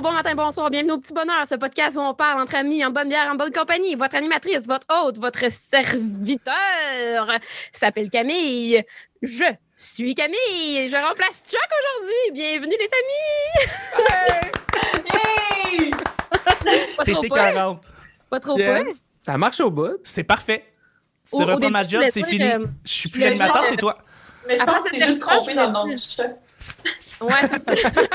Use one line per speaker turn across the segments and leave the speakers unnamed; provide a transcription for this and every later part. bonsoir, bienvenue au Petit Bonheur, ce podcast où on parle entre amis, en bonne bière, en bonne compagnie. Votre animatrice, votre hôte, votre serviteur s'appelle Camille. Je suis Camille, je remplace Chuck aujourd'hui. Bienvenue les amis! pas trop
T'étais
peur,
40.
pas trop
Yes.
peur.
Ça marche au bout.
C'est parfait. Tu
Au-
devrais
au
pas ma
début,
job,
je
c'est
voulais
fini.
dire que-
Je suis plus
voulais
animateur,
dire-
c'est toi.
Mais je
Après,
pense que
c'est
c'est juste
Jeff Frank,
trompé dans le
je
nom de Chuck.
euh, Ouais, ça fait-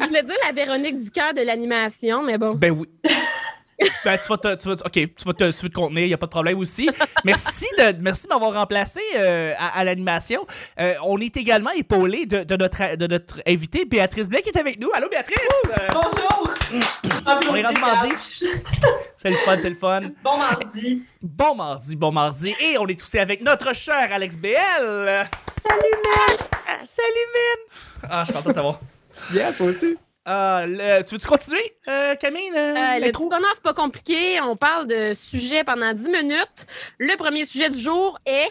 Je voulais dire la Véronique Dicker de l'animation, mais bon.
Ben oui. ben, tu vas te, tu vas, ok, tu vas te, tu vas te contenir, il n'y a pas de problème aussi. Merci de, merci de m'avoir remplacé euh, à, à l'animation. Euh, on est également épaulé de, de notre, de notre invitée, Béatrice Blais, qui est avec nous. Allô, Béatrice! Euh,
Bonjour!
On est rendu mardi. c'est le fun, c'est le fun.
Bon mardi.
Bon mardi, bon mardi. Et on est tous avec notre cher Alex BL. Salut, man! Salut, man! Ah, je suis content de t'avoir.
Yes, moi aussi.
Ah, le- tu veux-tu continuer, euh, Camille? euh,
Euh, le
l'intro?
petit bonheur, c'est pas compliqué. On parle de sujets pendant 10 minutes. Le premier sujet du jour est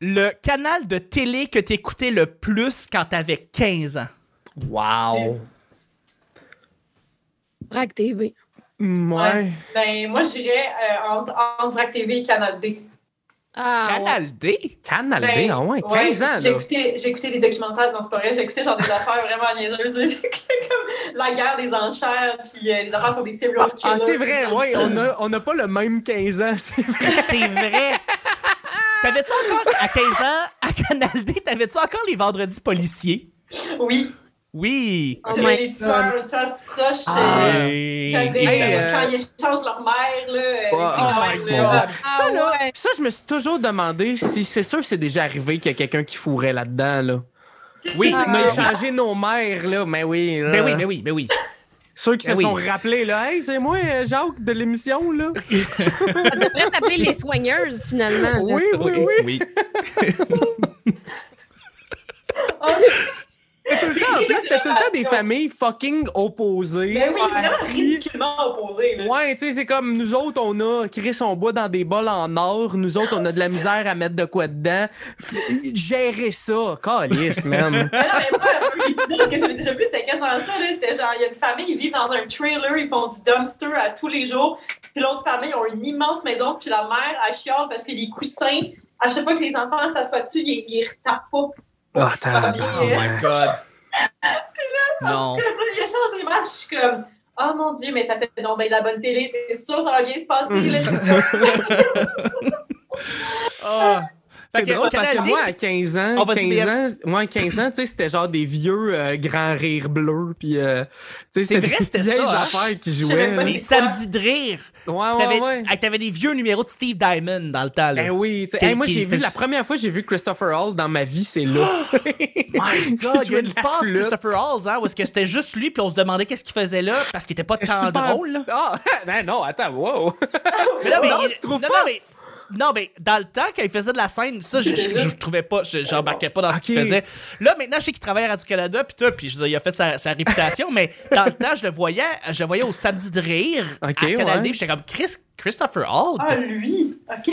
Le canal de télé que t'écoutais le plus quand t'avais 15 ans.
Wow.
Brag TV.
Ouais.
Ben, moi, j'irais euh, entre, entre Vrac TV et Canal D.
Ah, ouais.
canal D?
Canal
Ben,
D, ah ouais, 15
ouais,
ans,
J'ai
là.
écouté, j'ai écouté des documentaires, non, c'est pas vrai. J'ai écouté genre des affaires vraiment niaiseuses. là. J'ai écouté comme la guerre des enchères, puis euh, les affaires sur des serial
Ah,
killers.
c'est vrai, ouais, on a, on a pas le même 15 ans. c'est vrai.
C'est vrai! T'avais-tu encore, à 15 ans, à Canal D, t'avais-tu encore les vendredis policiers?
Oui.
Oui!
Oh my
J'avais les tueurs, les tueurs si proches.
Ah,
euh,
Oui.
Quand, des-
Hey,
euh,
euh,
quand ils échangent leur mère, là. euh,
Oh,
les
oh
filles de
my
mère, là.
God.
Ah,
ça, là,
ouais.
ça, je me suis toujours demandé si c'est sûr que c'est déjà arrivé qu'il y a quelqu'un qui fourrait là-dedans, là.
Oui!
On a
Ah.
échangé nos mères, là, mais oui. là.
Ben oui, ben oui, ben oui.
Ceux qui
Ben
se
oui.
sont rappelés, là, hey, c'est moi, euh, Jacques, de l'émission, là.
Ça devrait s'appeler les soigneuses, finalement. là.
Oui, oui, oui. Tout le temps, en plus, c'était tout le temps des familles fucking opposées.
Ben oui,
Ouais.
vraiment ridiculement opposé, là.
Ouais, tu sais, c'est comme nous autres, on a Chris, on boit dans des bols en or. Nous autres, on a de la misère à mettre de quoi dedans. F- Gérer ça. Calice, man.
Mais non, mais moi, un peu l'épisode que j'avais déjà vu, c'était quasiment ça. là. C'était genre, il y a une famille, ils vivent dans un trailer, ils font du dumpster à tous les jours. Puis l'autre famille, ils ont une immense maison, puis la mère, elle chiale parce que les coussins, à chaque fois que les enfants s'assoient dessus, ils, ils retapent pas.
Oh,
tabarnak, ouais.
God!
Parce
Non.
que là, ils échangent les matchs, je suis comme, oh mon Dieu, mais ça fait donc ben de la bonne télé, c'est sûr, ça va bien se passer. là.
Ah. Fait
C'est
que,
drôle
Canal
parce que
D,
moi, à 15 ans,
On va se
15 ans, moi, à 15 ans, tu sais, c'était genre des vieux euh, grands rires bleus. Puis, euh, tu sais,
C'est vrai,
des
c'était
vieilles
ça, hein?
affaires qui
Je sais
jouaient.
même pas
là.
Les samedis de rire.
Ouais, Ah, ouais,
T'avais
ouais.
hey, t'avais des vieux numéros de Steve Diamond dans le temps. Là.
Ben oui, tu sais,
Qui-
hey, moi
qui
j'ai vu
fait-
la première fois j'ai vu Christopher Hall dans ma vie, c'est là. tu sais.
My God, il y a
jouait de
une
la
passe
flûte.
Christopher Halls, hein, où est-ce que c'était juste lui, puis on se demandait qu'est-ce qu'il faisait là, parce qu'il était pas tant
Super-
drôle. là.
Ah, ben non, attends, wow.
Mais là, mais,
Non,
il-
tu trouves
non, non,
pas?
mais, non, mais dans le temps, quand il faisait de la scène, ça, je, je, je trouvais pas, je- j'embarquais pas dans ce
Ok.
qu'il faisait. Là, maintenant, je sais qu'il travaille à Radio-Canada, puis tout, puis je veux dire, il a fait sa, sa réputation, mais dans le temps, je le voyais, je le voyais au samedi de rire,
Ok,
à Canal
ouais.
D, puis j'étais comme Chris, Christopher Hall.
Ah, lui, OK.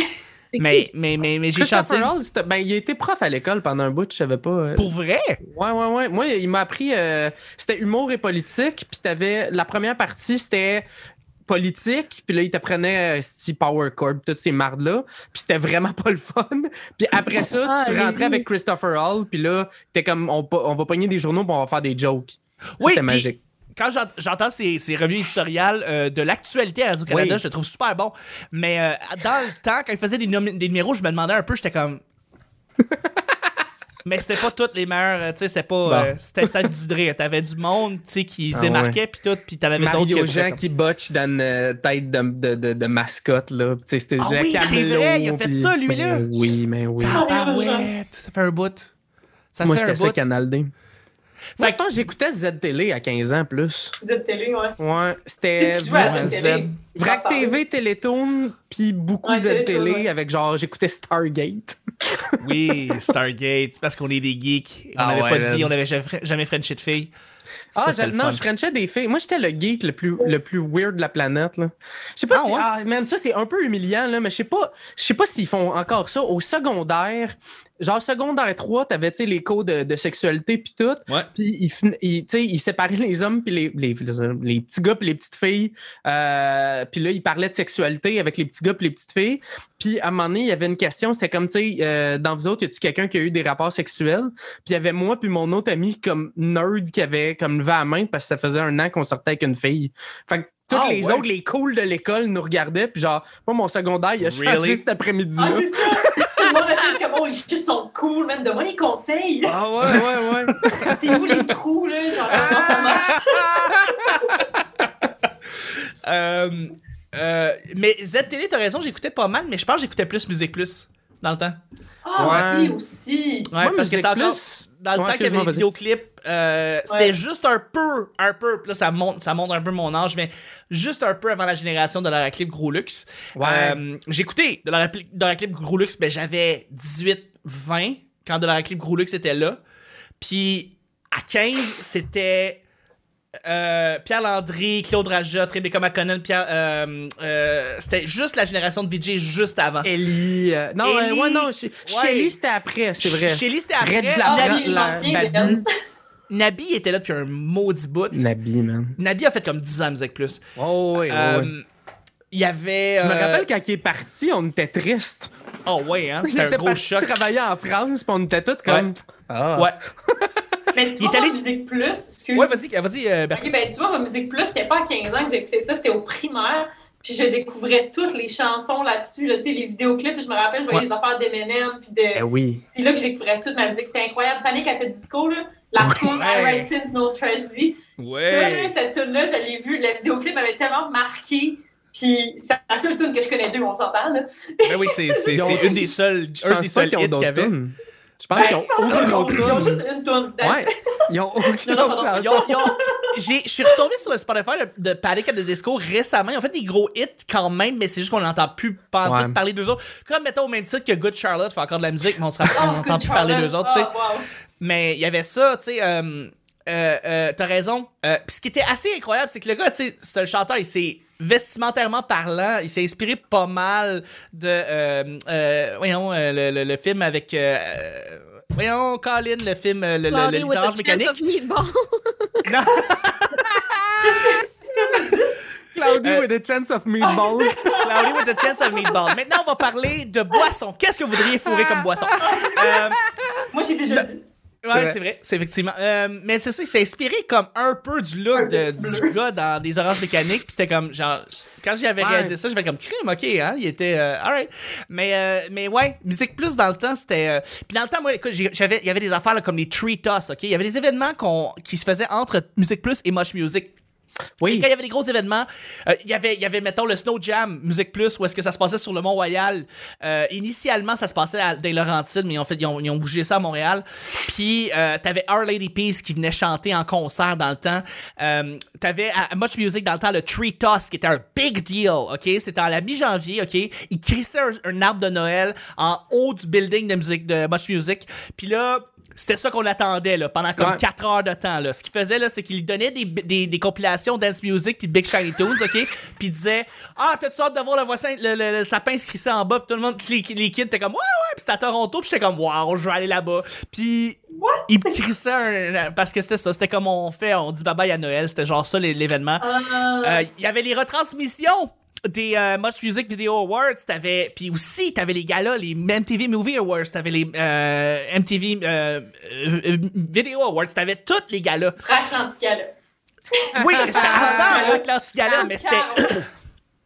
C'est qui?
mais, mais, mais, mais j'ai chanté.
Christopher Hall, c'était- ben, il était prof à l'école pendant un bout, je savais pas. euh,
Pour vrai?
Ouais, ouais, ouais. Moi, il m'a appris. euh, c'était humour et politique. Puis t'avais. La première partie, c'était politique. Puis là, il t'apprenait euh, Sti Power Corp, toutes ces mardes-là. Puis c'était vraiment pas le fun. Puis après ça,
Ah,
tu
j'ai vu.
rentrais avec Christopher Hall. Puis là, t'es comme. On, po- on va pogner des journaux, puis on va faire des jokes. Ça,
Oui,
C'était
puis-
magique.
quand j'ent- j'entends ces, ces revues éditoriales euh, de l'actualité à Radio-Canada,
Oui.
je le trouve super bon. Mais euh, dans le temps, quand ils faisaient des, nomi- des numéros, je me demandais un peu, j'étais comme. Mais c'était pas toutes les meilleures, euh, tu sais, c'était pas.
Bon.
euh, c'était ça d'hydré. T'avais du monde, tu sais, qui se
Ah
démarquait, puis tout, puis t'en avais d'autres
Mario
que-
Jean qui botche dans une euh, tête de, de, de, de mascotte, là. Tu sais, c'était
Ah
Jack
oui, c'est
Hamelot,
vrai, il a fait
puis-
ça, lui,
Mais
là.
Oui,
ben
mais oui.
Tabarouette, ça fait un bout. Ça
Moi,
fait un
c'était ça,
bout.
Canal D.
Fait
Moi,
que-
je pense que j'écoutais Z-Télé à 15 ans plus.
Vous êtes télé, ouais.
Ouais, c'était
Qu'est-ce que tu joues à
Ouais,
la
Z.
télé?
Vrac TV, Télétoon, puis beaucoup
Ouais,
Z
Télétoon,
Télé
ouais.
avec genre j'écoutais Stargate.
Oui, Stargate, parce qu'on est des geeks. On
Ah
n'avait
ouais,
pas de
man.
vie, on n'avait jamais, jamais Frenché de filles.
Ah,
Ça,
je-
c'était le
non,
fun.
je Frenchais des filles. Moi, j'étais le geek le plus, le plus weird de la planète. Là. Je sais pas
Ah,
si.
ouais?
Ah, man, ça, c'est un peu humiliant, là, mais je sais pas, je sais pas s'ils font encore ça. Au secondaire, genre secondaire 3, t'avais tu sais, les cours de, de sexualité puis tout.
Ouais.
Puis ils, fin- ils, tu sais, ils séparaient les hommes puis les, les, les petits gars puis les petites filles. Euh, puis là, ils parlaient de sexualité avec les petits gars puis les petites filles. Puis à un moment donné, il y avait une question, c'était comme, tu sais, euh, dans vous autres, y a-tu quelqu'un qui a eu des rapports sexuels? Puis il y avait moi puis mon autre ami comme nerd qui avait comme levé la main parce que ça faisait un an qu'on sortait avec une fille. Fait que tous
Ah,
les
ouais.
autres, les cools de l'école nous regardaient. Puis genre, moi, mon secondaire, il a
Really?
changé cet après-midi.
Ah, c'est ça! Tout le monde a fait comme, oh, les shit sont cool, man, donne-moi les conseils!
Ah ouais, ouais, ouais.
C'est où les trous, là? Genre, comment ça marche?
Euh, euh, mais Z-Télé, t'as raison, j'écoutais pas mal, mais je pense que j'écoutais plus Musique Plus dans le temps.
Ah,
Ouais.
oui, aussi!
Ouais,
Moi,
parce que
Musique
t'as encore-
Plus-
dans le
Ouais,
temps qu'il y avait
excuse-moi,
les
vas-y.
vidéoclips, euh, c'était juste un peu, un peu, puis là ça monte, ça monte un peu mon âge, mais juste un peu avant la génération de la clip Gros Luxe.
Ouais.
Euh, J'écoutais de la, clip Gros Luxe, mais j'avais 18, 20 quand de la clip Gros Luxe était là. Puis à 15, c'était euh, Pierre Landry, Claude Rajot, Rebecca McConnell, Pierre. euh, euh, c'était juste la génération de VJ juste avant.
Ellie. euh, non,
Ellie-
euh, ouais, non, Sh- Shelly, c'était après, c'est vrai.
Ch- Shelly, c'était après.
Red
Ah,
la,
oui,
la,
l'ancien,
la-
Belle.
Nabi était là depuis un maudit bout.
Nabi, man.
Nabi a fait comme 10 ans Musique Plus.
Oh, ouais, ouais,
Euh,
ouais.
Il y avait.
Je me
euh,
rappelle quand il est parti, on était triste.
Oh, ouais, hein,
Il
c'était un
était
gros
parti
choc.
travailler en France, puis on était tous comme. Ah.
Ouais,
Mais tu
Il est
vois,
allé-
allé... Musique Plus, excuse.
ouais vas-y, vas-y, euh, Bertrand.
Ok, ben, tu vois, ma Musique Plus, c'était pas à 15 ans que j'écoutais ça, c'était au primaire. Puis je découvrais toutes les chansons là-dessus, là, tu sais, les vidéoclips. puis Je me rappelle, je voyais
Ouais. Eh
les affaires d'Eminem. Puis
Ben
de...
oui.
c'est là que j'ai découvert toute ma musique. C'était incroyable. Panique à tes disco, là. La
Ouais.
tune I Write Since No Tragedy. Ça, là, Cette tune-là, je l'ai vue. La vidéoclip m'avait tellement marqué. Puis c'est la seule tune que je connais d'eux, on s'entend, là.
Ben oui, c'est c'est-
Ils ont-
c'est une des seules,
Je
un
pense
des
pas
seuls
qu'ils ont
hits qu'il y
d'autres
avait.
tunes. Je
Ah,
pense
Ben,
qu'ils ont aucune autre
Ils ont
tune.
juste une tune. Ben,
Ouais. Ils ont aucune
Non, non,
autre
pardon.
Ils
chanson.
ont- ils ont- j'ai- Je suis retombé sur le Spotify de, de Panic at the Disco récemment. Ils ont fait des gros hits quand même, mais c'est juste qu'on n'entend plus pas en tout
Ouais.
parler d'eux autres. Comme, mettons, au même titre que Good Charlotte fait encore de la musique, mais on
Oh,
n'entend
good
plus parler
Charlotte.
d'eux autres, tu sais.
Ah, wow.
Mais il y avait ça, tu sais. euh, euh, euh, T'as raison. Euh, Puis ce qui était assez incroyable, c'est que le gars, tu sais, c'est un chanteur, il s'est vestimentairement parlant, il s'est inspiré pas mal de. euh, euh, voyons, euh, le, le- le film avec. euh, euh, voyons, Colin, le film euh, Le, Ah,
Cloudy
le, le, Les
with a
Oranges
Chance
Mécaniques.
of Meatball.
Cloudy
Euh,
with a chance
Ah,
of meatballs.
Cloudy with a Chance of Meatball. Maintenant, on va parler de boisson. Qu'est-ce que vous voudriez fourrer comme boisson? Euh,
Moi, j'ai déjà dit.
Ouais,
Ouais.
c'est vrai, c'est effectivement. Euh, mais c'est ça, il s'est inspiré comme un peu du
Un
look de-
petit
du
bleu.
gars dans des oranges mécaniques. Puis c'était comme, genre, quand j'avais
Ouais.
réalisé ça, j'avais comme crime, ok, hein, il était, euh, alright. Mais, euh, mais ouais, musique plus dans le temps, c'était. euh, Puis dans le temps, moi, écoute, j'ai- j'avais, il y avait des affaires là, comme les tree toss, ok. Il y avait des événements qu'on, qui se faisaient entre musique plus et moche music. Et
Oui.
quand il y avait des gros événements, euh, il, y avait, il y avait, mettons, le Snow Jam, Musique Plus, où est-ce que ça se passait sur le Mont-Royal. Euh, initialement, ça se passait à, dans les Laurentides, mais en fait, ils ont, ils ont bougé ça à Montréal. Puis, euh, t'avais Our Lady Peace qui venait chanter en concert dans le temps. Euh, t'avais à à Much Music dans le temps le Tree Toss, qui était un big deal, OK? C'était à la mi-janvier, OK? Ils crissaient un, un arbre de Noël en haut du building de, musique, de Much Music. Puis là... C'était ça qu'on attendait là, pendant comme
Ouais.
4 heures de temps. Là. Ce qu'il faisait, là, c'est qu'il donnait des, des, des compilations Dance Music puis Big Shiny Tunes, OK? puis il disait Ah, t'as-tu hâte de voir le, voisin, le, le- le sapin se crissait en bas? Puis tout le monde, les, les kids étaient comme Ouais, ouais, puis c'était à Toronto, puis j'étais comme Waouh, je vais aller là-bas. Puis
What?
il Euh. me crissait un- parce que c'était ça, c'était comme on fait, on dit bye bye à Noël, c'était genre ça l'é- l'événement.
Ah.
Euh, Il y avait les retransmissions des euh, Much Music Video Awards, t'avais, puis aussi t'avais les galas, les MTV Movie Awards, t'avais les euh, MTV euh, euh, euh, Video Awards, t'avais toutes les galas.
Atlantica, là.
Oui, c'était avant
Ah,
l'Atlantic Gala, mais c'était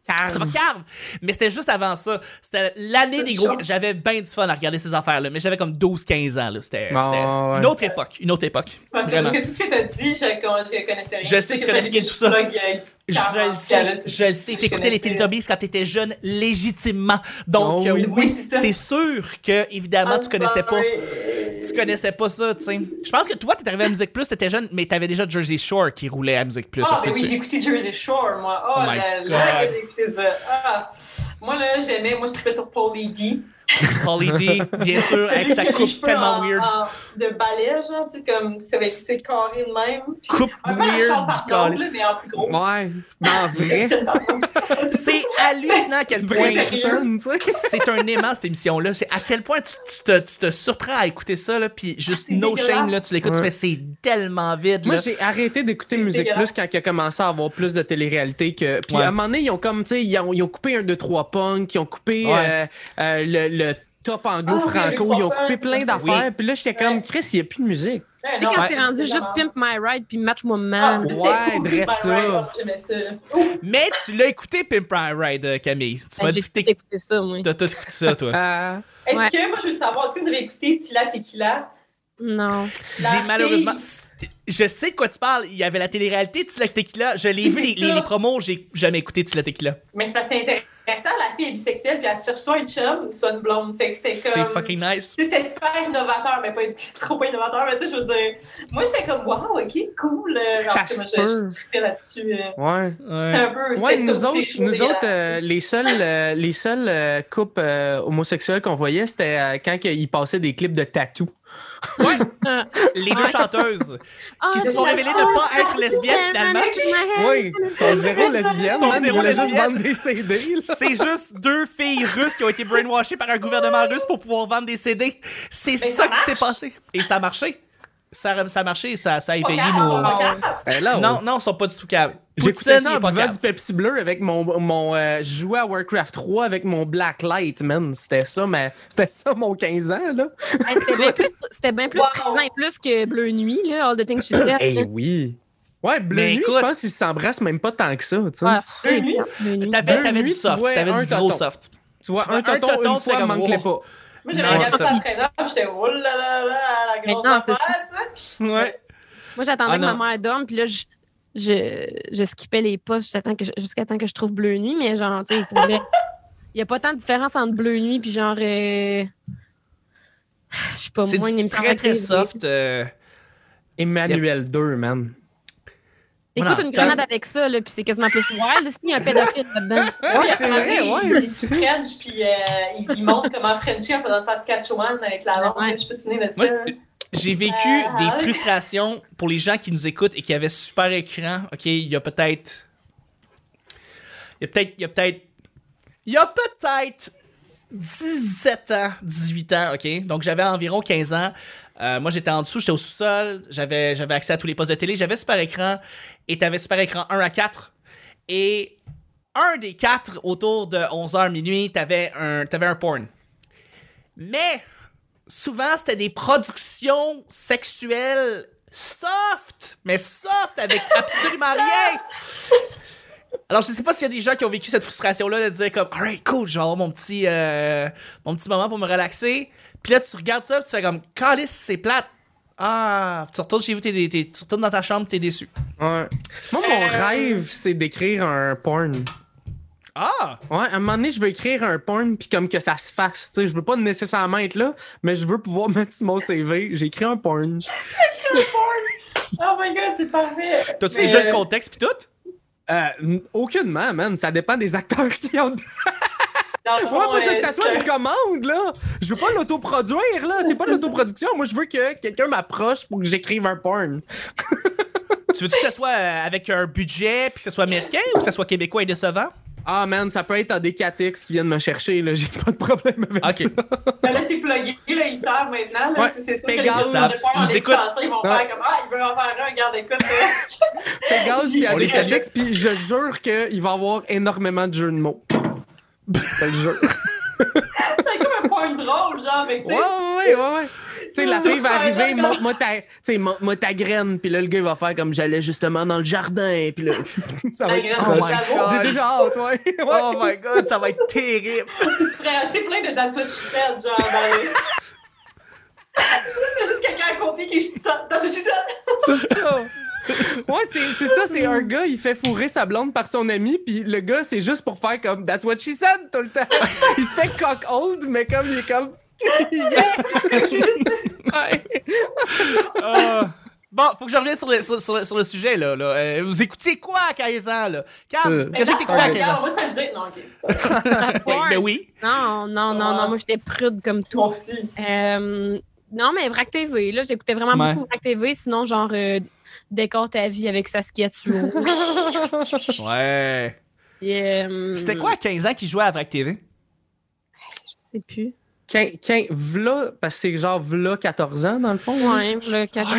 Carve.
c'est pas grave. Mais c'était juste avant ça. C'était l'année des gros. J'avais bien du fun à regarder ces affaires-là, mais j'avais comme 12-15 ans. là. C'était
Ah,
c'était
ouais.
une autre époque. Une autre époque.
Parce que,
Vraiment.
parce que tout ce que t'as dit, je, con- je connaissais rien.
Je sais que tu connais bien tout ça. Je le sais,
euh,
je le sais. T'écoutais les
télétobies.
Teletubbies quand t'étais jeune, légitimement. Donc,
Oh
euh,
oui.
oui,
Oui, c'est ça.
c'est sûr que, évidemment, tu connaissais pas.
Ah,
Tu connaissais pas ça, tu sais. Je pense que toi, t'es arrivé à Musique Plus, t'étais jeune, mais t'avais déjà Jersey Shore qui roulait à Musique Plus. ça
Ah,
se
mais
peut-tu?
oui, j'ai écouté Jersey Shore, moi. Oh,
Oh my
là là,
God.
j'ai écouté ça. Ah. Moi, là, j'aimais, moi, je trippais sur Paul D.
Holly E D, bien sûr, avec
Celui qui
sa
a les
coupe
cheveux
tellement
en-
weird.
en- de balai, genre, tu sais, comme, c'est c'est carré de même. Puis,
Coupe
un peu la Ah,
weird
Charles
du E
Pardon,
calice.
là, mais en plus gros.
Ouais, mais en vrai.
C'est hallucinant à quel
Vrai
point.
sérieux.
Personne, tu sais.
C'est un aimant cette émission-là. C'est à quel point tu, tu te, tu te surprends à écouter ça, là, puis juste
Ah, C'est
no
dégueulasse.
shame, là, tu l'écoutes, tu
Ouais.
fais c'est tellement vide.
Moi,
là.
j'ai arrêté d'écouter Musique Plus
dégueulasse.
quand il a commencé à avoir plus de télé-réalité. Que... Puis
Ouais.
à un moment donné, ils ont comme, tu sais, ils ont, ils ont coupé un, deux, trois punks, ils ont coupé
Ouais.
euh, euh, le, le top
Ah,
anglo-franco,
oui,
ils ont
les
coupé
trois
plein
punks,
d'affaires. Puis là, j'étais comme,
Ouais.
Chris, il n'y a plus de musique.
Tu sais, quand c'est rendu juste Pimp My Ride puis Match Moi
Ah,
Man.
ça, c'était
Ouais,
cool,
drette
Pimp My
ça.
Ride, J'aimais ça. Ouf,
Mais tu l'as écouté, Pimp My Ride, euh, Camille. Tu m'as
Ben,
dit
J'ai
que
tout
t'éc-
écouté ça, moi.
t'as tout écouté ça, toi.
Euh,
Est-ce
Ouais.
que, moi, je veux savoir, est-ce que vous avez écouté Tila Tequila?
Non.
La
J'ai malheureusement.
fille-
Je sais de quoi tu parles. Il y avait la télé-réalité Tila Tequila. Je l'ai vu,
C'est
les,
ça.
les, les promos. J'ai jamais écouté Tila Tequila.
Mais c'est assez intéressant, la fille est bisexuelle, puis elle cherche soit un chum, soit une blonde. Fait que c'est
C'est
comme...
fucking nice.
Tu sais, c'est super innovateur, mais pas trop pas innovateur, mais tu sais, je veux dire, moi, j'étais comme, wow, ok, cool. euh,
Ça
en tout cas, moi,
se
je-
peut.
je trippais là-dessus. euh.
ouais.
C'était
Ouais.
un peu.
Ouais,
c'était comme
nous
tous les
autres,
shows
nous
dégueulasses.
autres euh, les seuls, euh, les seuls euh, couples euh, homosexuels qu'on voyait, c'était euh, quand ils passaient des clips de tatou.
Les deux chanteuses
Oh,
qui se sont
c'est-
révélées ne pas être lesbiennes finalement.
Oui, ils sont zéro lesbiennes.
Ils sont
man,
zéro
ils voulaient juste
lesbiennes.
vendre des CD. là.
C'est juste deux filles russes qui ont été brainwashées par un gouvernement russe pour pouvoir vendre des CD. C'est ça,
ça
qui s'est
marche.
passé. Et ça a marché. Ça, ça a marché, ça, ça a éveillé
Podcast,
nos.
podcast.
Eh, là, on-
Non, non, ils sont pas du tout câbles.
J'écoutais ça
il
en
est pas
buvant
câble.
du Pepsi bleu avec mon mon euh, je jouais à Warcraft 3 avec mon Blacklight, man, c'était ça mais c'était ça mon 15 ans là.
Hey, C'était bien plus, c'était bien plus
Wow.
trisant et plus que Bleu Nuit, là, All the Things She Said.
Eh oui. Ouais, bleu
Mais
nuit,
écoute-
je pense qu'ils s'embrassent même pas tant que ça, tu sais.
Ouais,
Bleu Nuit?
Bleu Nuit.
T'avais
Deux
t'avais du
nuits, tu
soft,
vois
t'avais
un
du gros
tonton.
soft.
Tu vois, un
Un
tonton,
tonton,
une
c'est
fois
comme,
manquait
wow.
pas.
Moi, j'avais
Non,
regardé
c'est
ça
ça.
à 13 ans, puis j'étais, oh là là là, la grosse
Maintenant, c'est
affaire, tu sais.
Ouais.
Moi, j'attendais
Ah,
que
non.
ma mère dorme, puis là, je, je, je skippais les postes j'attends que je- jusqu'à temps que je trouve Bleu Nuit, mais genre, tu sais, pour vrai, il n'y a pas tant de différence entre Bleu Nuit, puis genre. euh, Je sais pas,
C'est
moi, une
du
émission
très, très
avec les-
soft. euh,
Emmanuel 2, man.
T'écoutes
Voilà.
une grenade avec ça, là, puis c'est quasiment plus. Ouais, là, s'il y a un pédophile là-dedans.
Puis,
c'est
à un moment
vrai,
donné,
ouais.
il- Il se French, puis euh, il il montre comment Frenchy en faisant Saskatchewan avec la langue.
Ouais.
Je sais pas si vous de
Moi,
ça.
J'ai vécu
Ah,
des
ouais.
frustrations pour les gens qui nous écoutent et qui avaient super écran. OK, il y a peut-être. Il y a peut-être. Il y a peut-être. Il y a peut-être 17 ans, 18 ans, OK? Donc j'avais environ 15 ans. Euh, moi, j'étais en dessous, j'étais au sous-sol, j'avais, j'avais accès à tous les postes de télé, j'avais super écran et t'avais super écran 1 à 4. Et un des quatre, autour de 11h minuit, t'avais un, t'avais un porn. Mais souvent, c'était des productions sexuelles soft, mais soft avec absolument rien. Alors, je sais pas s'il y a des gens qui ont vécu cette frustration-là de dire comme, alright, cool, genre mon petit, euh, mon petit moment pour me relaxer. Puis là, tu regardes ça, puis tu fais comme, calice, c'est plate. Ah, tu retournes chez vous, t'es, t'es- tu retournes dans ta chambre, t'es déçu.
Ouais. Moi mon rêve c'est d'écrire un porn.
Ah!
Ouais, à un moment donné, je veux écrire un porn puis comme que ça se fasse, tu sais, je veux pas nécessairement être là, mais je veux pouvoir mettre sur mon CV, j'ai écrit un porn.
Oh my god, c'est parfait.
T'as-tu
Mais,
déjà le
euh,
contexte pis tout?
Euh, n- aucunement, man. Ça dépend des acteurs qui ont.
dans le fond,
Moi, moi, je veux que
euh,
ça soit
c'est
une commande, là. Je veux pas l'autoproduire, là. C'est pas de l'autoproduction. Moi, je veux que quelqu'un m'approche pour que j'écrive un porn.
tu veux-tu que ça soit euh, avec un budget, puis que ça soit américain, ou que ça soit québécois et décevant?
Ah, man, ça peut être à des KTX qui viennent me chercher, là. J'ai pas de problème avec
Ok.
ça.
Ben là, c'est plugué, là, ils savent maintenant. Là,
Ouais, Ben,
tu sais, c'est sûr que
c'est
les
grave.
gens vont
Ils
savent.
faire
Ils nous
des
écoutent.
chansons, ils vont
Ouais.
faire comme Ah, il veut en faire un, regarde, écoute. euh.
Pégase puis à
On les
des
salue.
KTX, puis je jure qu'il va y avoir énormément de jeux de mots. Je le jure.
c'est comme un porn drôle, genre, avec tu
Ouais,
sais,
ouais, ouais, ouais. Tu sais, la
Tu
fille va
dois faire
arriver,
un gars.
montre-moi ta, tu sais, montre-moi ta graine, puis là, le gars, il va faire comme j'allais justement dans le jardin, puis là, ça va
la
être.
graine
Oh
de
my
jabot.
God.
J'ai déjà hâte, ouais. Ouais.
Oh my god, ça va être terrible!
Puis tu pourrais acheter plein de That's What She Said, genre, dans les. Juste, juste quelqu'un à côté qui est That's What She Said.
C'est ça. Ouais, c'est c'est ça, c'est un gars, il fait fourrer sa blonde par son ami, puis le gars, c'est juste pour faire comme That's what she said tout le temps. Il se fait cock old, mais comme il est comme. Yeah. Ouais.
Ah. Bon, faut que je revienne sur le, sur, sur le, sur le sujet, là. là. Euh, vous écoutiez quoi à 15 ans, là? Cam,
Euh,
qu'est-ce que t'écoutais à 15 ans?
On va se le dire. Non, OK.
Ouais, ben oui.
Non, non, non, non. Moi, j'étais prude comme tout.
Toi aussi.
Euh, non, mais Vrac TV, là, j'écoutais vraiment
Ouais.
beaucoup Vrac TV, sinon, genre, euh, décore ta vie avec Saskia Tuo.
Ouais.
Et, euh,
C'était quoi à 15 ans qui jouait à Vrac TV?
Je sais plus.
Quin, quin, v'là, parce que c'est genre v'là 14 ans, dans le fond. hein?
Ouais, le 14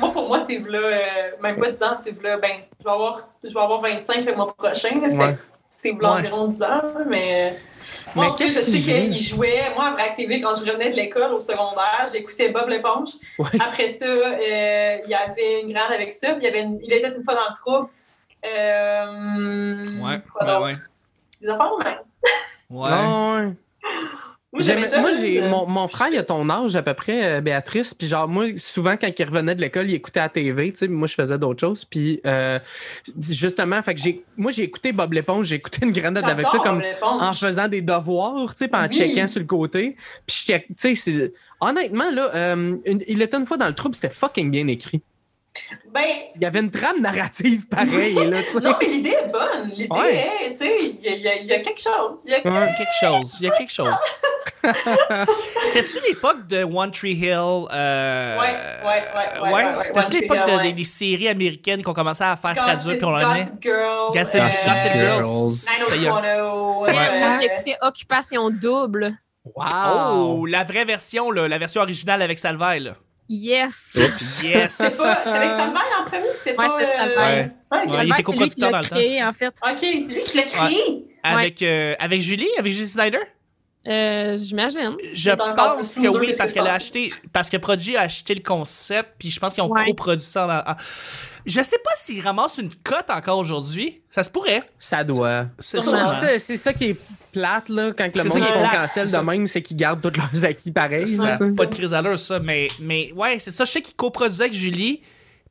Moi, pour moi, c'est v'là, euh, même pas 10 ans, c'est v'là, ben, je vais avoir, je vais avoir 25 le mois prochain, là, fait
Ouais.
que c'est v'là
Ouais.
environ 10 ans, mais... Moi,
Mais
en tout cas,
qu'est-ce
je sais
qu'il joue?
qu'il jouait. Moi, à Vrac TV, quand je revenais de l'école au secondaire, j'écoutais Bob l'éponge.
Ouais.
Après ça, euh, il y avait une grande avec ça. puis Il, y avait une- il était une fois dans le trouble. Euh,
Ouais,
quoi
ben
d'autre?
ouais.
Des affaires de même.
Ouais.
Ah, ouais.
Moi,
J'aimais-
j'aimais ça.
moi,
là,
j'ai,
je-
mon, mon frère, il a ton âge à peu près, euh, Béatrice. Puis genre, moi, souvent, quand il revenait de l'école, il écoutait à TV. Tu sais, moi, je faisais d'autres choses. Puis euh, justement, fait que j'ai, moi, j'ai écouté Bob l'éponge, j'ai écouté une grande
j'adore
avec ça comme
Bob l'éponge.
en faisant des devoirs, tu sais, puis en
Oui.
checkant sur le côté. Puis, je check- tu sais, c'est- honnêtement, là, euh, une- il était une fois dans le trouble, c'était fucking bien écrit.
Ben,
Il y avait une trame narrative pareille, là, tu sais.
Non, mais l'idée est bonne. L'idée
Ouais.
est, tu sais, il y, a- il y a- il y a quelque chose. Il y a-
Il y a quelque chose. Il y a quelque chose. C'était-tu l'époque de One Tree Hill? euh,
Ouais, ouais, ouais, ouais, ouais, ouais, One
C'était-tu
Tree
l'époque
Hill,
de-
ouais.
des, des séries américaines qu'on commençait à faire traduire
Gossip,
puis on l'amenait?
Gossip Girl.
Gossip,
euh,
Gossip Girls. C'était il y a-
90210,
Ouais, moi,
euh,
j'écoutais Occupation Double.
Wow!
Oh, la vraie version, là, la version originale avec Salvaille. là.
Yes!
Yes!
C'est pas- c'est avec Salvaille en premier, c'était
Ouais,
pas.
c'était
euh,
Salvaille.
ouais,
Ouais, il était
C'est lui qui
coproducteur dans
l'a
le temps.
créé, en fait.
Ok, c'est lui qui l'a créé.
Avec, euh, avec Julie, avec Julie Snyder?
Euh, J'imagine.
Je
C'est encore
pense
plus
que
dur
oui,
que ce
parce
que
qu'elle
je
a
pensais.
acheté, parce que Prodigy a acheté le concept, puis je pense qu'ils ont
Ouais.
coproduit ça. en- en- Je sais pas s'ils ramassent une cote encore aujourd'hui. Ça se pourrait.
Ça doit.
C'est
Sûrement.
sûrement.
C'est, c'est ça qui est plate, là, quand que
C'est
le
ça
monde
qui
se
est
font
plate,
cancel
c'est
de
ça.
même, c'est qu'ils gardent tous leurs acquis pareils.
Ça
là,
a
tu sais.
pas de crise à l'heure, ça, mais, mais ouais, c'est ça. Je sais qu'il coproduisait avec Julie,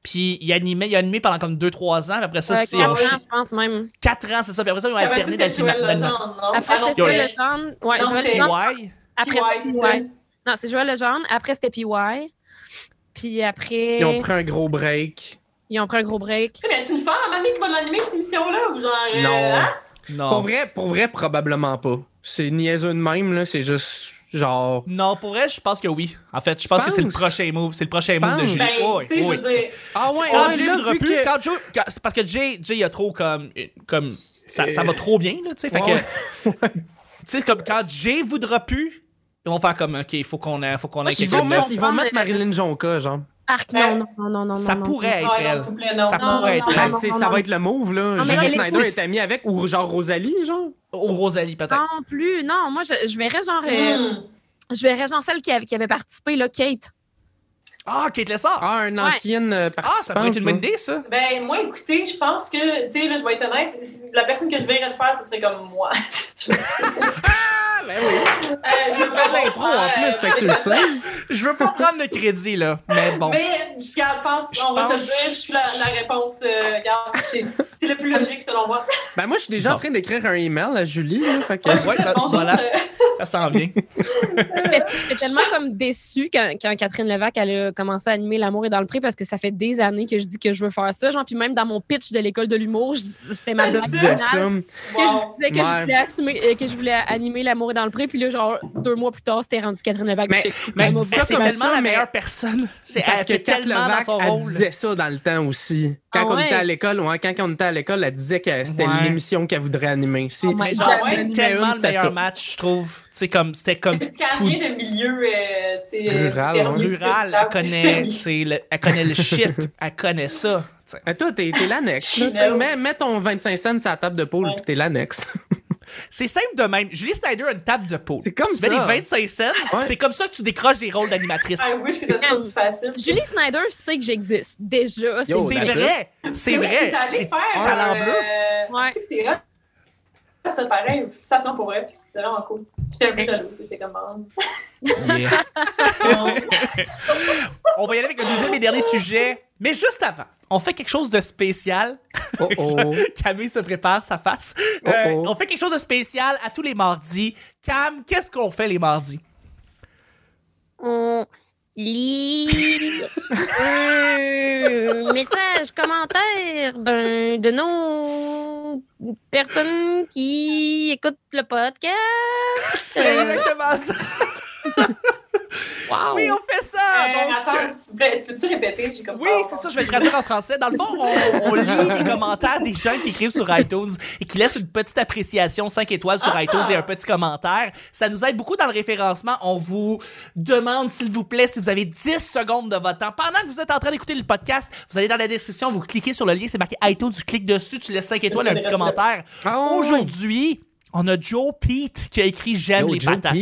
puis il animait, il a animé pendant comme 2-3 ans, puis après ça,
Euh,
c'est, ils ont
quatre
ouais.
ans, je pense même.
4 ans, c'est ça, puis après ça, ils ont
Après ça,
alterné
c'était Joël
d'animateur.
Legendre, non?
Après,
Ah non,
c'était
Yo,
Joël
je-
Legendre. Ouais,
Non,
Joël
c'était-
Legendre.
Ouais.
Après,
PY,
c'est
c'est ça.
PY. Non, c'est Joël Legendre. Après, c'était PY. Puis après,
Ils ont pris un gros break.
pris un gros break.
Mais tu une femme à Mané qui va l'animer, cette émission-là? Ou genre. euh,
Non.
hein?
Non.
Pour vrai, pour vrai, probablement pas. C'est niaiseux de même, là. C'est juste, genre...
Non, pour vrai, je pense que oui. En fait, je pense que c'est le
Penses?
prochain move. C'est le prochain move de
Penses?
Julie.
Ben,
Oui,
tu sais, je
oui.
veux dire.
Ah
C'est quand Jay le repue, quand Joe- quand- c'est parce que Jay, Jay, il a trop comme. comme ça, ça va trop bien, là, tu sais. Fait que.
Ouais.
Tu sais, comme quand Jay voudra plus, ils vont faire comme, OK, faut qu'on ait, faut qu'on ait
Ils
quelque
vont
Ils
mettre,
vont
ils vont mettre
prendre-
Marilyn Jonca, genre.
Arc,
Ben,
non, non, non, non, non.
Ça
non,
pourrait
non,
être
non, s'il vous plaît,
elle.
non,
Ça
non,
pourrait
non,
être
non,
Ben,
elle.
non.
c'est- ça va être le move, là.
Non, mais
Julie
elle
Snyder
existe.
est amie avec, ou genre Rosalie, genre.
Ou Rosalie, peut-être.
Non plus, non. Moi, je, je verrais genre, euh,
hmm.
je verrais genre celle qui, avait- qui avait participé, là, Kate.
Ah, Kate Lessard!
Ah, une ancienne euh,
Ah,
participante.
ça pourrait être une bonne
là.
idée, ça.
Ben, moi, écoutez, je pense que, tu sais, là, je vais être honnête, la personne que je verrais le faire, ce serait comme moi. Je-
Ah, ben oui.
Euh, je veux pas
Faire Ah, l'impro, en plus, fait que tu le sais.
Je veux pas prendre le crédit, là. Mais bon.
Mais je garde- pense,
Je
on va
pense-
se le dire, je suis la, la réponse. euh, garde, c'est c'est le plus logique selon moi.
Ben, moi, je suis déjà en
Bon.
train d'écrire un email à Julie, là. Fait que...
Ouais, ben,
Bonjour,
voilà,
euh,
ça s'en vient.
J'étais- J'étais tellement comme déçue quand, quand Catherine Levac elle a commencé à animer L'amour est dans le pré parce que ça fait des années que je dis que je veux faire ça. Genre, puis même dans mon pitch de l'école de l'humour, je- c'était ma blague
disais
Disais
finale.
ça.
que je
wow.
disais que je
Ouais.
voulais assumer, euh, que je voulais animer l'amour est dans le pré, puis là genre deux mois plus tard c'était rendu Catherine Levac.
Mais-
puis j'ai-
Mais
j'ai-
c'est
comme
tellement
ça,
la
mais-
meilleure personne. C'est
Parce
elle
que
fait
Kat
tellement dans
Levac,
son
elle
rôle.
disait ça dans le temps aussi. Quand
Ah
on
ouais?
était à l'école, ouais, quand on était à l'école, elle disait que c'était
Ouais.
l'émission qu'elle voudrait animer. Si,
Oh my
si
God.
elle
Ah ouais?
animait une,
C'est tellement le
c'était
meilleur
ça.
match, je trouve. Tu sais, comme c'était comme
Parce qu'elle vient de milieu euh, tu sais,
Rural,
fermé,
hein.
rural.
c'est-
Elle connaît, tu sais, le- elle connaît le shit. Elle connaît ça. tu sais.
Mais toi, t'es t'es l'annexe. là, tu sais.
Chinos.
mets, mets ton 25 cents sur la table de poule,
Ouais.
puis t'es l'annexe.
C'est simple de même. Julie Snyder a une table de peau.
C'est comme
tu mets
ça.
des 25 cents.
Ouais.
C'est comme ça que tu décroches des rôles d'animatrice.
I wish que ça soit aussi facile.
Julie Snyder sait que j'existe déjà. C'est
Yo,
c'est
that's
vrai. C'est
Oui,
vrai.
t'es allée
C'est-
faire.
talent bleu.
euh,
Ouais.
tu sais que c'est hot. Ça, c'est pareil. Ça sent pour vrai. C'est vraiment cool. J'étais un peu jalouse. J'étais comme. ah,
Yeah. On va y aller avec le deuxième et dernier sujet. Mais juste avant, on fait quelque chose de spécial.
Oh oh.
Camille se prépare sa face. Euh,
Oh, oh.
On fait quelque chose de spécial à tous les mardis. Cam, qu'est-ce qu'on fait les mardis?
on, lire un message, commentaire d'un de nos personnes qui écoutent le podcast. Euh,
C'est exactement ça.
Wow!
Oui, on fait ça.
Euh,
Ah, Donc,
attends, s'il vous plaît, peux-tu répéter? J'ai comme oh,
Oui,
peur.
c'est ça, je vais le traduire en français. Dans le fond, on, on lit les commentaires des gens qui écrivent sur iTunes et qui laissent une petite appréciation 5 étoiles sur iTunes et un petit commentaire. Ça nous aide beaucoup dans le référencement. On vous demande, s'il vous plaît, si vous avez 10 secondes de votre temps. Pendant que vous êtes en train d'écouter le podcast, vous allez dans la description, vous cliquez sur le lien, c'est marqué iTunes, tu cliques dessus, tu laisses 5 étoiles et un petit commentaire. Aujourd'hui, on a Joe Pete qui a écrit J'aime les patates.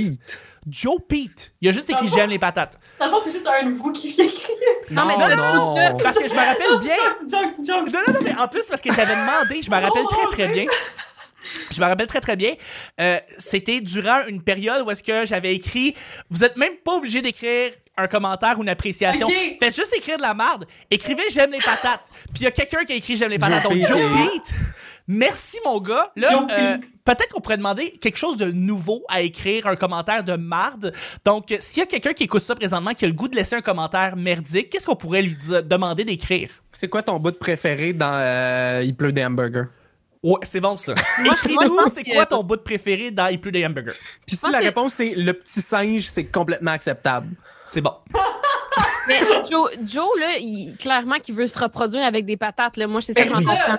Joe Pete, il a juste écrit J'aime les patates.
Dans le fond, c'est juste un de vous qui vient écrire.
Non, mais
Ah non, non, non,
non.
parce que je me rappelle bien.
C'est une joke, c'est une joke.
Non, non, non, mais en plus, parce que je l'avais demandé, je me rappelle très, très bien. Je me rappelle très, très bien. Euh, C'était durant une période où est-ce que j'avais écrit « Vous êtes même pas obligé d'écrire un commentaire ou une appréciation.
Ok.
Faites juste écrire de la merde. Écrivez « J'aime les patates ». Puis il y a quelqu'un qui a écrit « J'aime les patates ». Donc,
Pete.
Joe Pete, merci, mon gars. Là,
Joe
euh,
Pete.
peut-être qu'on pourrait demander quelque chose de nouveau à écrire, un commentaire de marde. Donc, euh, s'il y a quelqu'un qui écoute ça présentement, qui a le goût de laisser un commentaire merdique, qu'est-ce qu'on pourrait lui dire- demander d'écrire?
C'est quoi ton bout de préféré dans euh, Il pleut des hamburgers?
Ouais, c'est bon ça.
moi, je
Écris-nous,
pense
c'est
que-
quoi ton bout de préféré dans Il pleut des hamburgers.
Puis si
pense
la
que-
réponse c'est le petit singe, c'est complètement acceptable.
C'est bon.
Mais Joe, Joe, là, il, clairement qu'il veut se reproduire avec des patates. Là. Moi, c'est ça
Mais
que j'en comprends.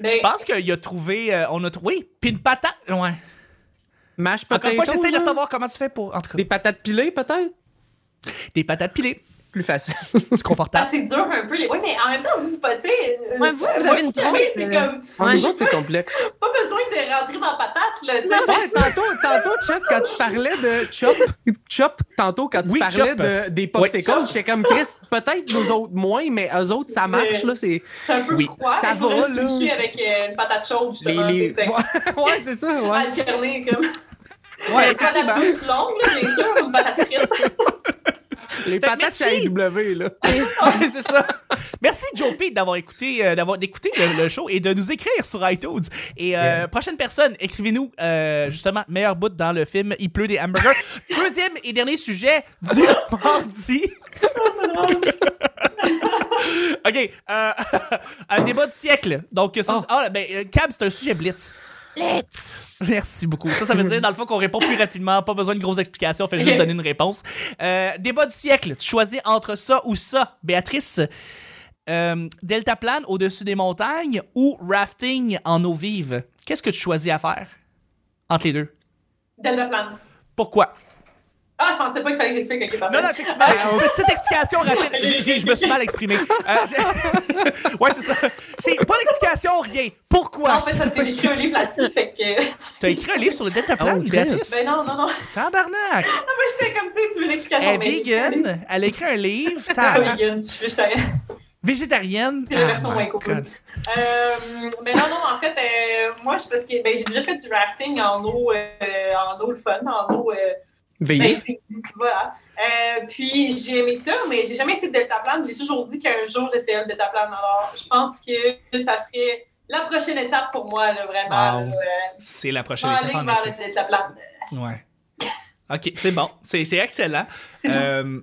Mais
Je pense qu'il a trouvé, euh, on a trouvé, oui, puis une patate. Ouais.
Mash
Encore une fois,
potatoes,
j'essaie de
genre?
savoir comment tu fais pour, en tout cas,
Des patates pilées peut-être?
des patates pilées.
Plus facile.
C'est
ah,
confortable.
c'est dur un peu. Les... Oui, mais en même temps, vous, vous pas, tu sais, euh,
Ouais, vous, vous avez une
oui,
trompe,
c'est
euh,
comme.
En
Ouais.
nous autres, c'est complexe.
Pas besoin de rentrer dans patate, là. tu sais.
Ouais, tantôt, tantôt, Chuck, quand tu parlais de Chop, Chop, tantôt, quand tu
Oui,
parlais
Chop.
de, des popsicles,
Chop.
j'étais comme Chris, peut-être nous autres moins, mais eux autres, ça marche, là. C'est
C'est un peu
Oui,
froid.
ça
mais faudrait
va, là.
switcher avec euh, une patate chaude,
les.
justement.
les-
tu sais,
Ouais, ouais, c'est ça,
fait-
ouais.
Alterner, comme.
Ouais,
une patate
effectivement.
douce longue, là, bien sûr, ou une patate frite.
Les
que
patates
merci.
chez W, là. Ben,
Ouais, c'est ça. Merci Joe Pete d'avoir écouté, euh, d'avoir d'écouter le, le show et de nous écrire sur iTunes. Et euh, prochaine personne, écrivez-nous euh, justement meilleur bout dans le film Il pleut des hamburgers. Deuxième et dernier sujet du mardi. ok, euh, un débat du siècle. Donc ça,
Oh.
c'est- ah, ben, euh, Cab, c'est un sujet blitz.
Let's!
Merci beaucoup. Ça, ça veut dire, dans le fond, qu'on répond plus rapidement. Pas besoin de grosses explications. On fait juste
Ok.
donner une réponse. Euh, débat du siècle. Tu choisis entre ça ou ça, Béatrice. Euh, deltaplane au-dessus des montagnes ou rafting en eau vive. Qu'est-ce que tu choisis à faire entre les deux?
Deltaplane.
Pourquoi?
Ah, je pensais pas qu'il fallait que j'explique. Ok, parfait. Ah,
Non, non, effectivement. Ah, Petite explication rapide. J'ai- j'ai- je me suis mal exprimé. Euh, j'ai- ouais, c'est ça. C'est pas d'explication, rien.
Non, en
Pourquoi?
fait, c'est parce que j'ai écrit un livre là-dessus, fait que.
T'as écrit un livre sur le deltaplane,
Oh, Chris.
Béatrice?
Ben non, non, non. Non,
Tabarnak!
mais j'étais comme, tu sais, tu veux l'explication.
Elle est vegan, elle a écrit un livre,
Pas
tabarnak.
vegan. Je suis juste.
végétarienne.
C'est la
Ah,
version
my
moins cool.
God.
Euh, mais non, non, en fait, euh, moi, je, parce que ben, j'ai déjà fait du rafting en eau, euh, en eau le fun, en eau. euh,
Veillez.
ben, voilà. Euh, puis j'ai aimé ça, mais j'ai jamais essayé de deltaplane. J'ai toujours dit qu'un jour, j'essaierais le deltaplane. Alors, je pense que ça serait la prochaine étape pour moi, là, vraiment.
Wow.
là,
C'est la
euh,
prochaine
aller
étape, en
vers le
effet.
deltaplane.
Ouais. OK, c'est bon. C'est c'est excellent.
C'est tout.
Euh,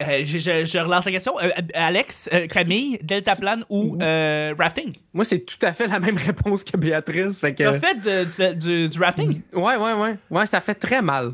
euh, je, je- je relance la question. Euh, euh, Alex, euh, Camille, deltaplane ou euh, rafting?
Moi, c'est tout à fait la même réponse que Béatrice. Fait que...
T'as fait de- du, du- du rafting?
Ouais, ouais, ouais. Ouais, ça fait très mal.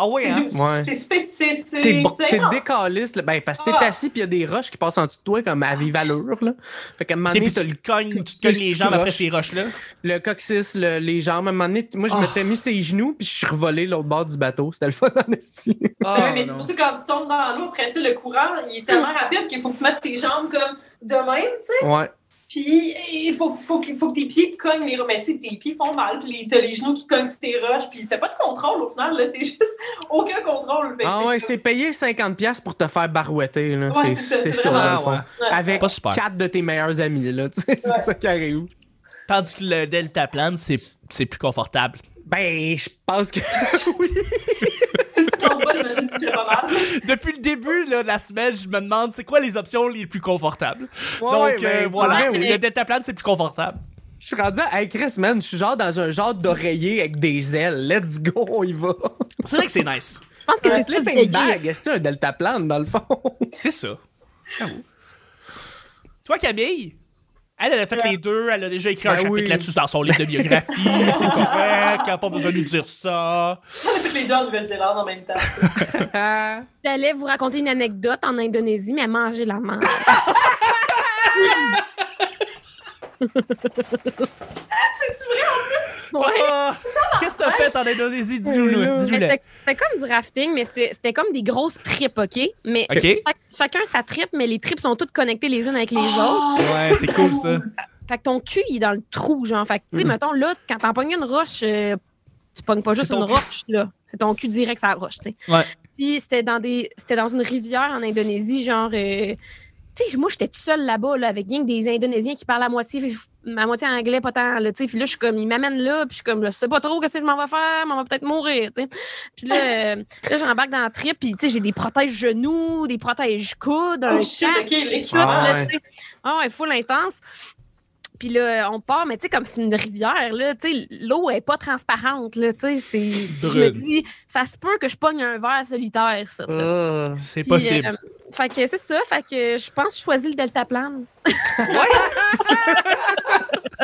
Ah oui,
C'est
hein?
doux,
Ouais.
C'est spécifique. C'est
T'es
c'est
t'es
intense.
décaliste, là. ben, parce que t'es
Ah.
assis puis il y a des roches qui passent en dessous de toi comme à vive allure. Là. Fait qu'à un moment
T'es-
donné,
puis
t'as
tu
le,
te cognes, tu te
tu-
cognes
tu-
les
tu
jambes après
rushes.
ces roches-là.
le coccyx, le- les jambes. À un moment donné, t- moi, je
Ah.
m'étais mis ses genoux puis je suis revolé l'autre bord du bateau. C'était le fun, en esti.
Ouais, mais c'est surtout quand tu tombes dans l'eau, après ça, le courant, il est tellement rapide qu'il faut que tu mettes tes jambes comme de même, tu sais.
Ouais.
Puis il faut, faut, qu'il- faut que tes pieds cognent les remèdes. Tu sais, tes pieds font mal, puis les- t'as les genoux qui cognent sur tes roches, puis t'as pas de contrôle au final, là. C'est juste aucun contrôle. Fait que
Ah ouais,
comme-
c'est payer 50$ pour te faire barouetter. là.
Ouais,
c'est
c'est ça,
c'est
c'est
ça, dans le
vraiment-
fond.
ouais.
Avec
Pas super.
quatre de tes meilleurs amis, là. tu sais, C'est
Ouais.
ça qui arrive.
Tandis que le deltaplane, c'est c'est plus confortable.
Ben, je pense que.
Si tu tombes pas, j'imagine que tu fais pas mal.
Depuis le début là, de la semaine, je me demande c'est quoi les options les plus confortables.
Ouais,
Donc euh,
ouais, ben,
voilà,
ouais, oui.
le deltaplane c'est plus confortable.
Je suis rendu à hey, Chris, man. Je suis genre dans un genre d'oreiller avec des ailes. Let's go, on y va.
C'est vrai que c'est nice.
pense que
Un
c'est ça.
slip
le
and
vieillir.
bag, c'est un deltaplane dans le fond.
C'est ça. J'avoue. Toi, Camille, elle, elle a fait les deux, elle a déjà écrit un
Ben
chapitre
oui.
là-dessus dans son livre de biographie, c'est correct, elle n'a pas besoin de nous dire ça.
On a toutes les deux en Nouvelle-Zélande en même temps.
Ah.
J'allais vous raconter une anecdote en Indonésie, mais manger la menthe.
C'est-tu vrai?
Ah, Qu'est-ce que t'as fait en Indonésie? Dis-nous-le.
Mais
Dis-nous-le.
C'était c'était comme du rafting, mais c'est- c'était comme des grosses tripes, OK? Mais
OK.
chaque- chacun sa tripe, mais les tripes sont toutes connectées les unes avec les autres.
Oh!
Ouais, c'est cool ça.
Fait que ton cul, il est dans le trou, genre. Fait que, tu sais, mettons, là, quand t'en pognes une roche, euh, tu pognes pas juste
C'est ton
une
cul.
roche, là. C'est ton cul direct sur la roche, tu sais.
Ouais.
Puis c'était dans, des... c'était dans une rivière en Indonésie, genre. euh, Tu sais, moi, j'étais toute seule là-bas, là, avec rien que des Indonésiens qui parlent à moitié, à moitié anglais, pas tant, là, tu sais. Puis là, je suis comme, ils m'amènent là, puis je suis comme, je sais pas trop qu'est-ce que je m'en vais faire, mais on va peut-être mourir, tu sais. Puis là, euh, là j'embarque dans la trip, puis tu sais, j'ai des protèges genoux, des protèges coudes, un
Oh, shit,
casque,
ok, les-
tout, là,
Ah ouais.
tu sais. Ah ouais, full intense. Puis là, on part, mais tu sais, comme c'est une rivière, là, tu sais, l'eau est pas transparente, là, tu sais, c'est... Je me
Brune. Euh,
dis, ça se peut que je pogne un verre solitaire, ça, tu sais.
Ah.
C'est
Puis,
possible.
euh, fait que c'est ça, fait que je pense que je choisis le deltaplane.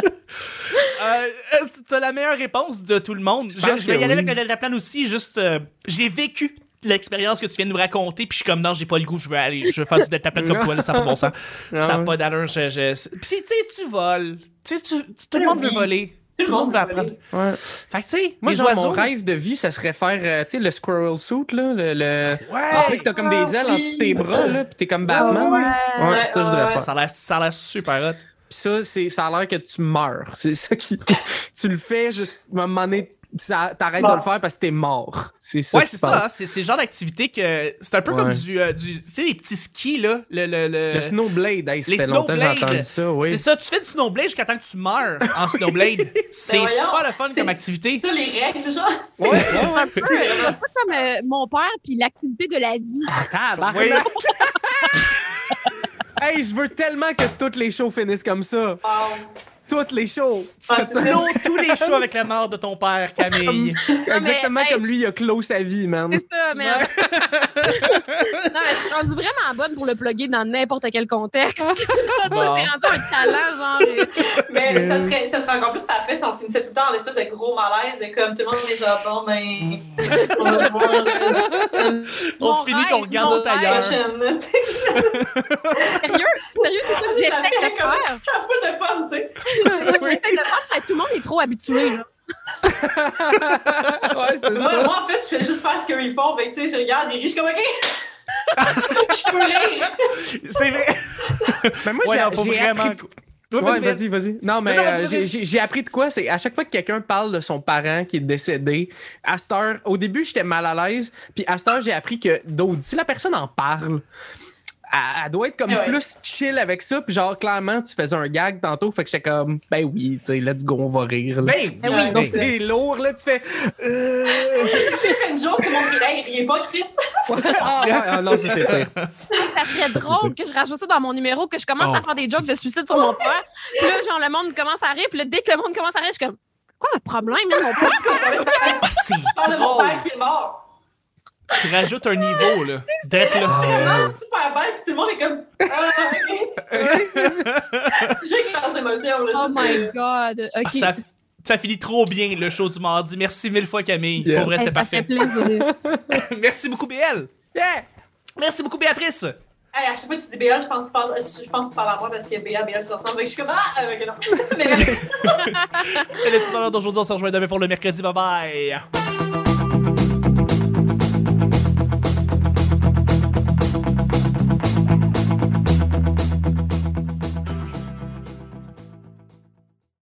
Euh, euh, T'as la meilleure réponse de tout le monde. Je,
pense
je vais
que
y aller
oui.
avec le deltaplan aussi. Juste, euh, j'ai vécu l'expérience que tu viens de nous raconter, puis je suis comme non, j'ai pas le goût, je veux aller, je veux faire du deltaplan comme toi, là, ça n'a pas de bon sens. Ça n'a
Ah.
pas d'allure. Je, je... Puis tu sais, tu voles. Tu sais, tu- tu- tout le
Oui.
monde veut voler.
Tout le monde
va
va
apprendre.
apprendre.
Ouais.
Fait que tu sais,
Moi,
les
genre,
oiseaux.
mon rêve de vie, ça serait faire, euh, tu sais, le squirrel suit, là, le... le- En fait,
Ouais!
Ah, t'as comme des ailes en dessous de tes bras, là, pis t'es comme Batman.
Ouais,
ouais. Ouais, ça, je devrais faire.
Ça a l'air- ça a l'air super hot.
Pis ça, c'est, ça a l'air que tu meurs. C'est ça qui. tu le fais juste à un moment donné, ça- t'arrêtes
Tu
de le
meurs.
faire parce que t'es mort. C'est ça.
Ouais,
qui
c'est
se
ça. hein.
passe.
C'est c'est le genre d'activité que. C'est un peu
Ouais.
comme du. euh, du tu sais, les petits skis, là. Le, le, le-
Le snowblade, hey, ça
hein, les
fait longtemps que j'ai
snowblades.
entendu ça, oui.
C'est ça, tu fais du snowblade jusqu'à temps que tu meurs en snowblade. C'est
Ben voyons,
super le fun
c'est-
comme activité.
C'est ça les règles, genre? C'est-
Ouais, ouais, ouais.
Un peu, un peu comme euh, mon père, puis l'activité de la vie.
Ah,
Tabarnak.
Oui.
hey, je veux tellement que toutes les shows finissent comme ça.
Wow.
Toutes les shows.
Ah,
Tu
c'est ça.
clôt tous les shows avec la mort de ton père, Camille.
Exactement
hey,
comme lui, il a clos sa vie, man.
C'est ça, mais... non, mais je suis rendue vraiment bonne pour le plugger dans n'importe quel contexte.
Bon.
C'est rendu un talent, genre... euh,
Mais ça
Yes.
serait, ça serait encore plus parfait si on finissait tout le temps en espèce de gros malaise et comme tout le monde est genre, bon, ben. On va se voir
On
Mon
finit qu'on
rêve,
regarde
mon
d'autres
rêve.
ailleurs.
prochaine. Tu sais,
Sérieux? Sérieux, c'est ça que j'essaie de faire.
la foule de fun, tu sais.
C'est ça que j'essaie de faire, c'est que tout le monde est trop habitué. là.
ouais, c'est
Moi,
ça.
moi, en fait, je fais juste faire ce qu'ils font. Fait que, ben, tu sais, je regarde, ils rient, je suis comme, OK. je peux rire.
C'est vrai.
Mais moi,
Ouais,
j'ai-
non, faut
j'ai
vraiment.
appris-
Ouais,
Ouais,
vas-y, vas-y.
vas-y, vas-y. Non, mais
Non, non, vas-y,
euh,
vas-y.
j'ai- j'ai j'ai appris de quoi, c'est à chaque fois que quelqu'un parle de son parent qui est décédé, à cette heure, au début, j'étais mal à l'aise, puis à cette heure, j'ai appris que d'autres, si la personne en parle, elle, elle doit être comme
Eh ouais.
plus chill avec ça, puis genre, clairement, tu faisais un gag tantôt, fait que j'étais comme, ben oui, tu sais, let's go, on va rire. là.
Ben,
Ben
oui,
Donc,
ben,
c'est-
c'est lourd, là, tu fais. euh,
J'ai fait une joke, tout le monde rit, Hey, riez pas, Chris.
ah, ouais, ah, non, ça, c'est pire.
Ça serait drôle que je rajoute ça dans mon numéro, que je commence
Oh.
à faire des jokes de suicide sur mon père. Puis là, genre, le monde commence à rire. Puis là, dès que le monde commence à rire, je suis comme... Quoi votre problème, là, mon père?
ah,
Je
c'est
parle de mon
drôle.
père qui est mort.
Tu rajoutes un niveau, là. D'être là.
Vraiment super belle, puis tout le monde est comme. Ah, ok. tu joues avec leurs émotions, là.
Oh
ça, c'est-
my God.
Ah,
OK.
ça, ça finit trop bien, le show du mardi. Merci mille fois, Camille.
Yes.
Pour vrai,
Hey,
c'est
ça fait
parfait.
plaisir.
Merci beaucoup, BL.
Yeah!
Merci beaucoup, Béatrice.
Hey, à chaque fois que tu dis BL, je pense, que tu penses- je pense que tu parles à moi parce que BL, BL sorti. Donc, je suis comme Ah! euh, ok, non. Mais merci.
Et le petit bonheur d'aujourd'hui, on se rejoint demain pour le mercredi. Bye bye.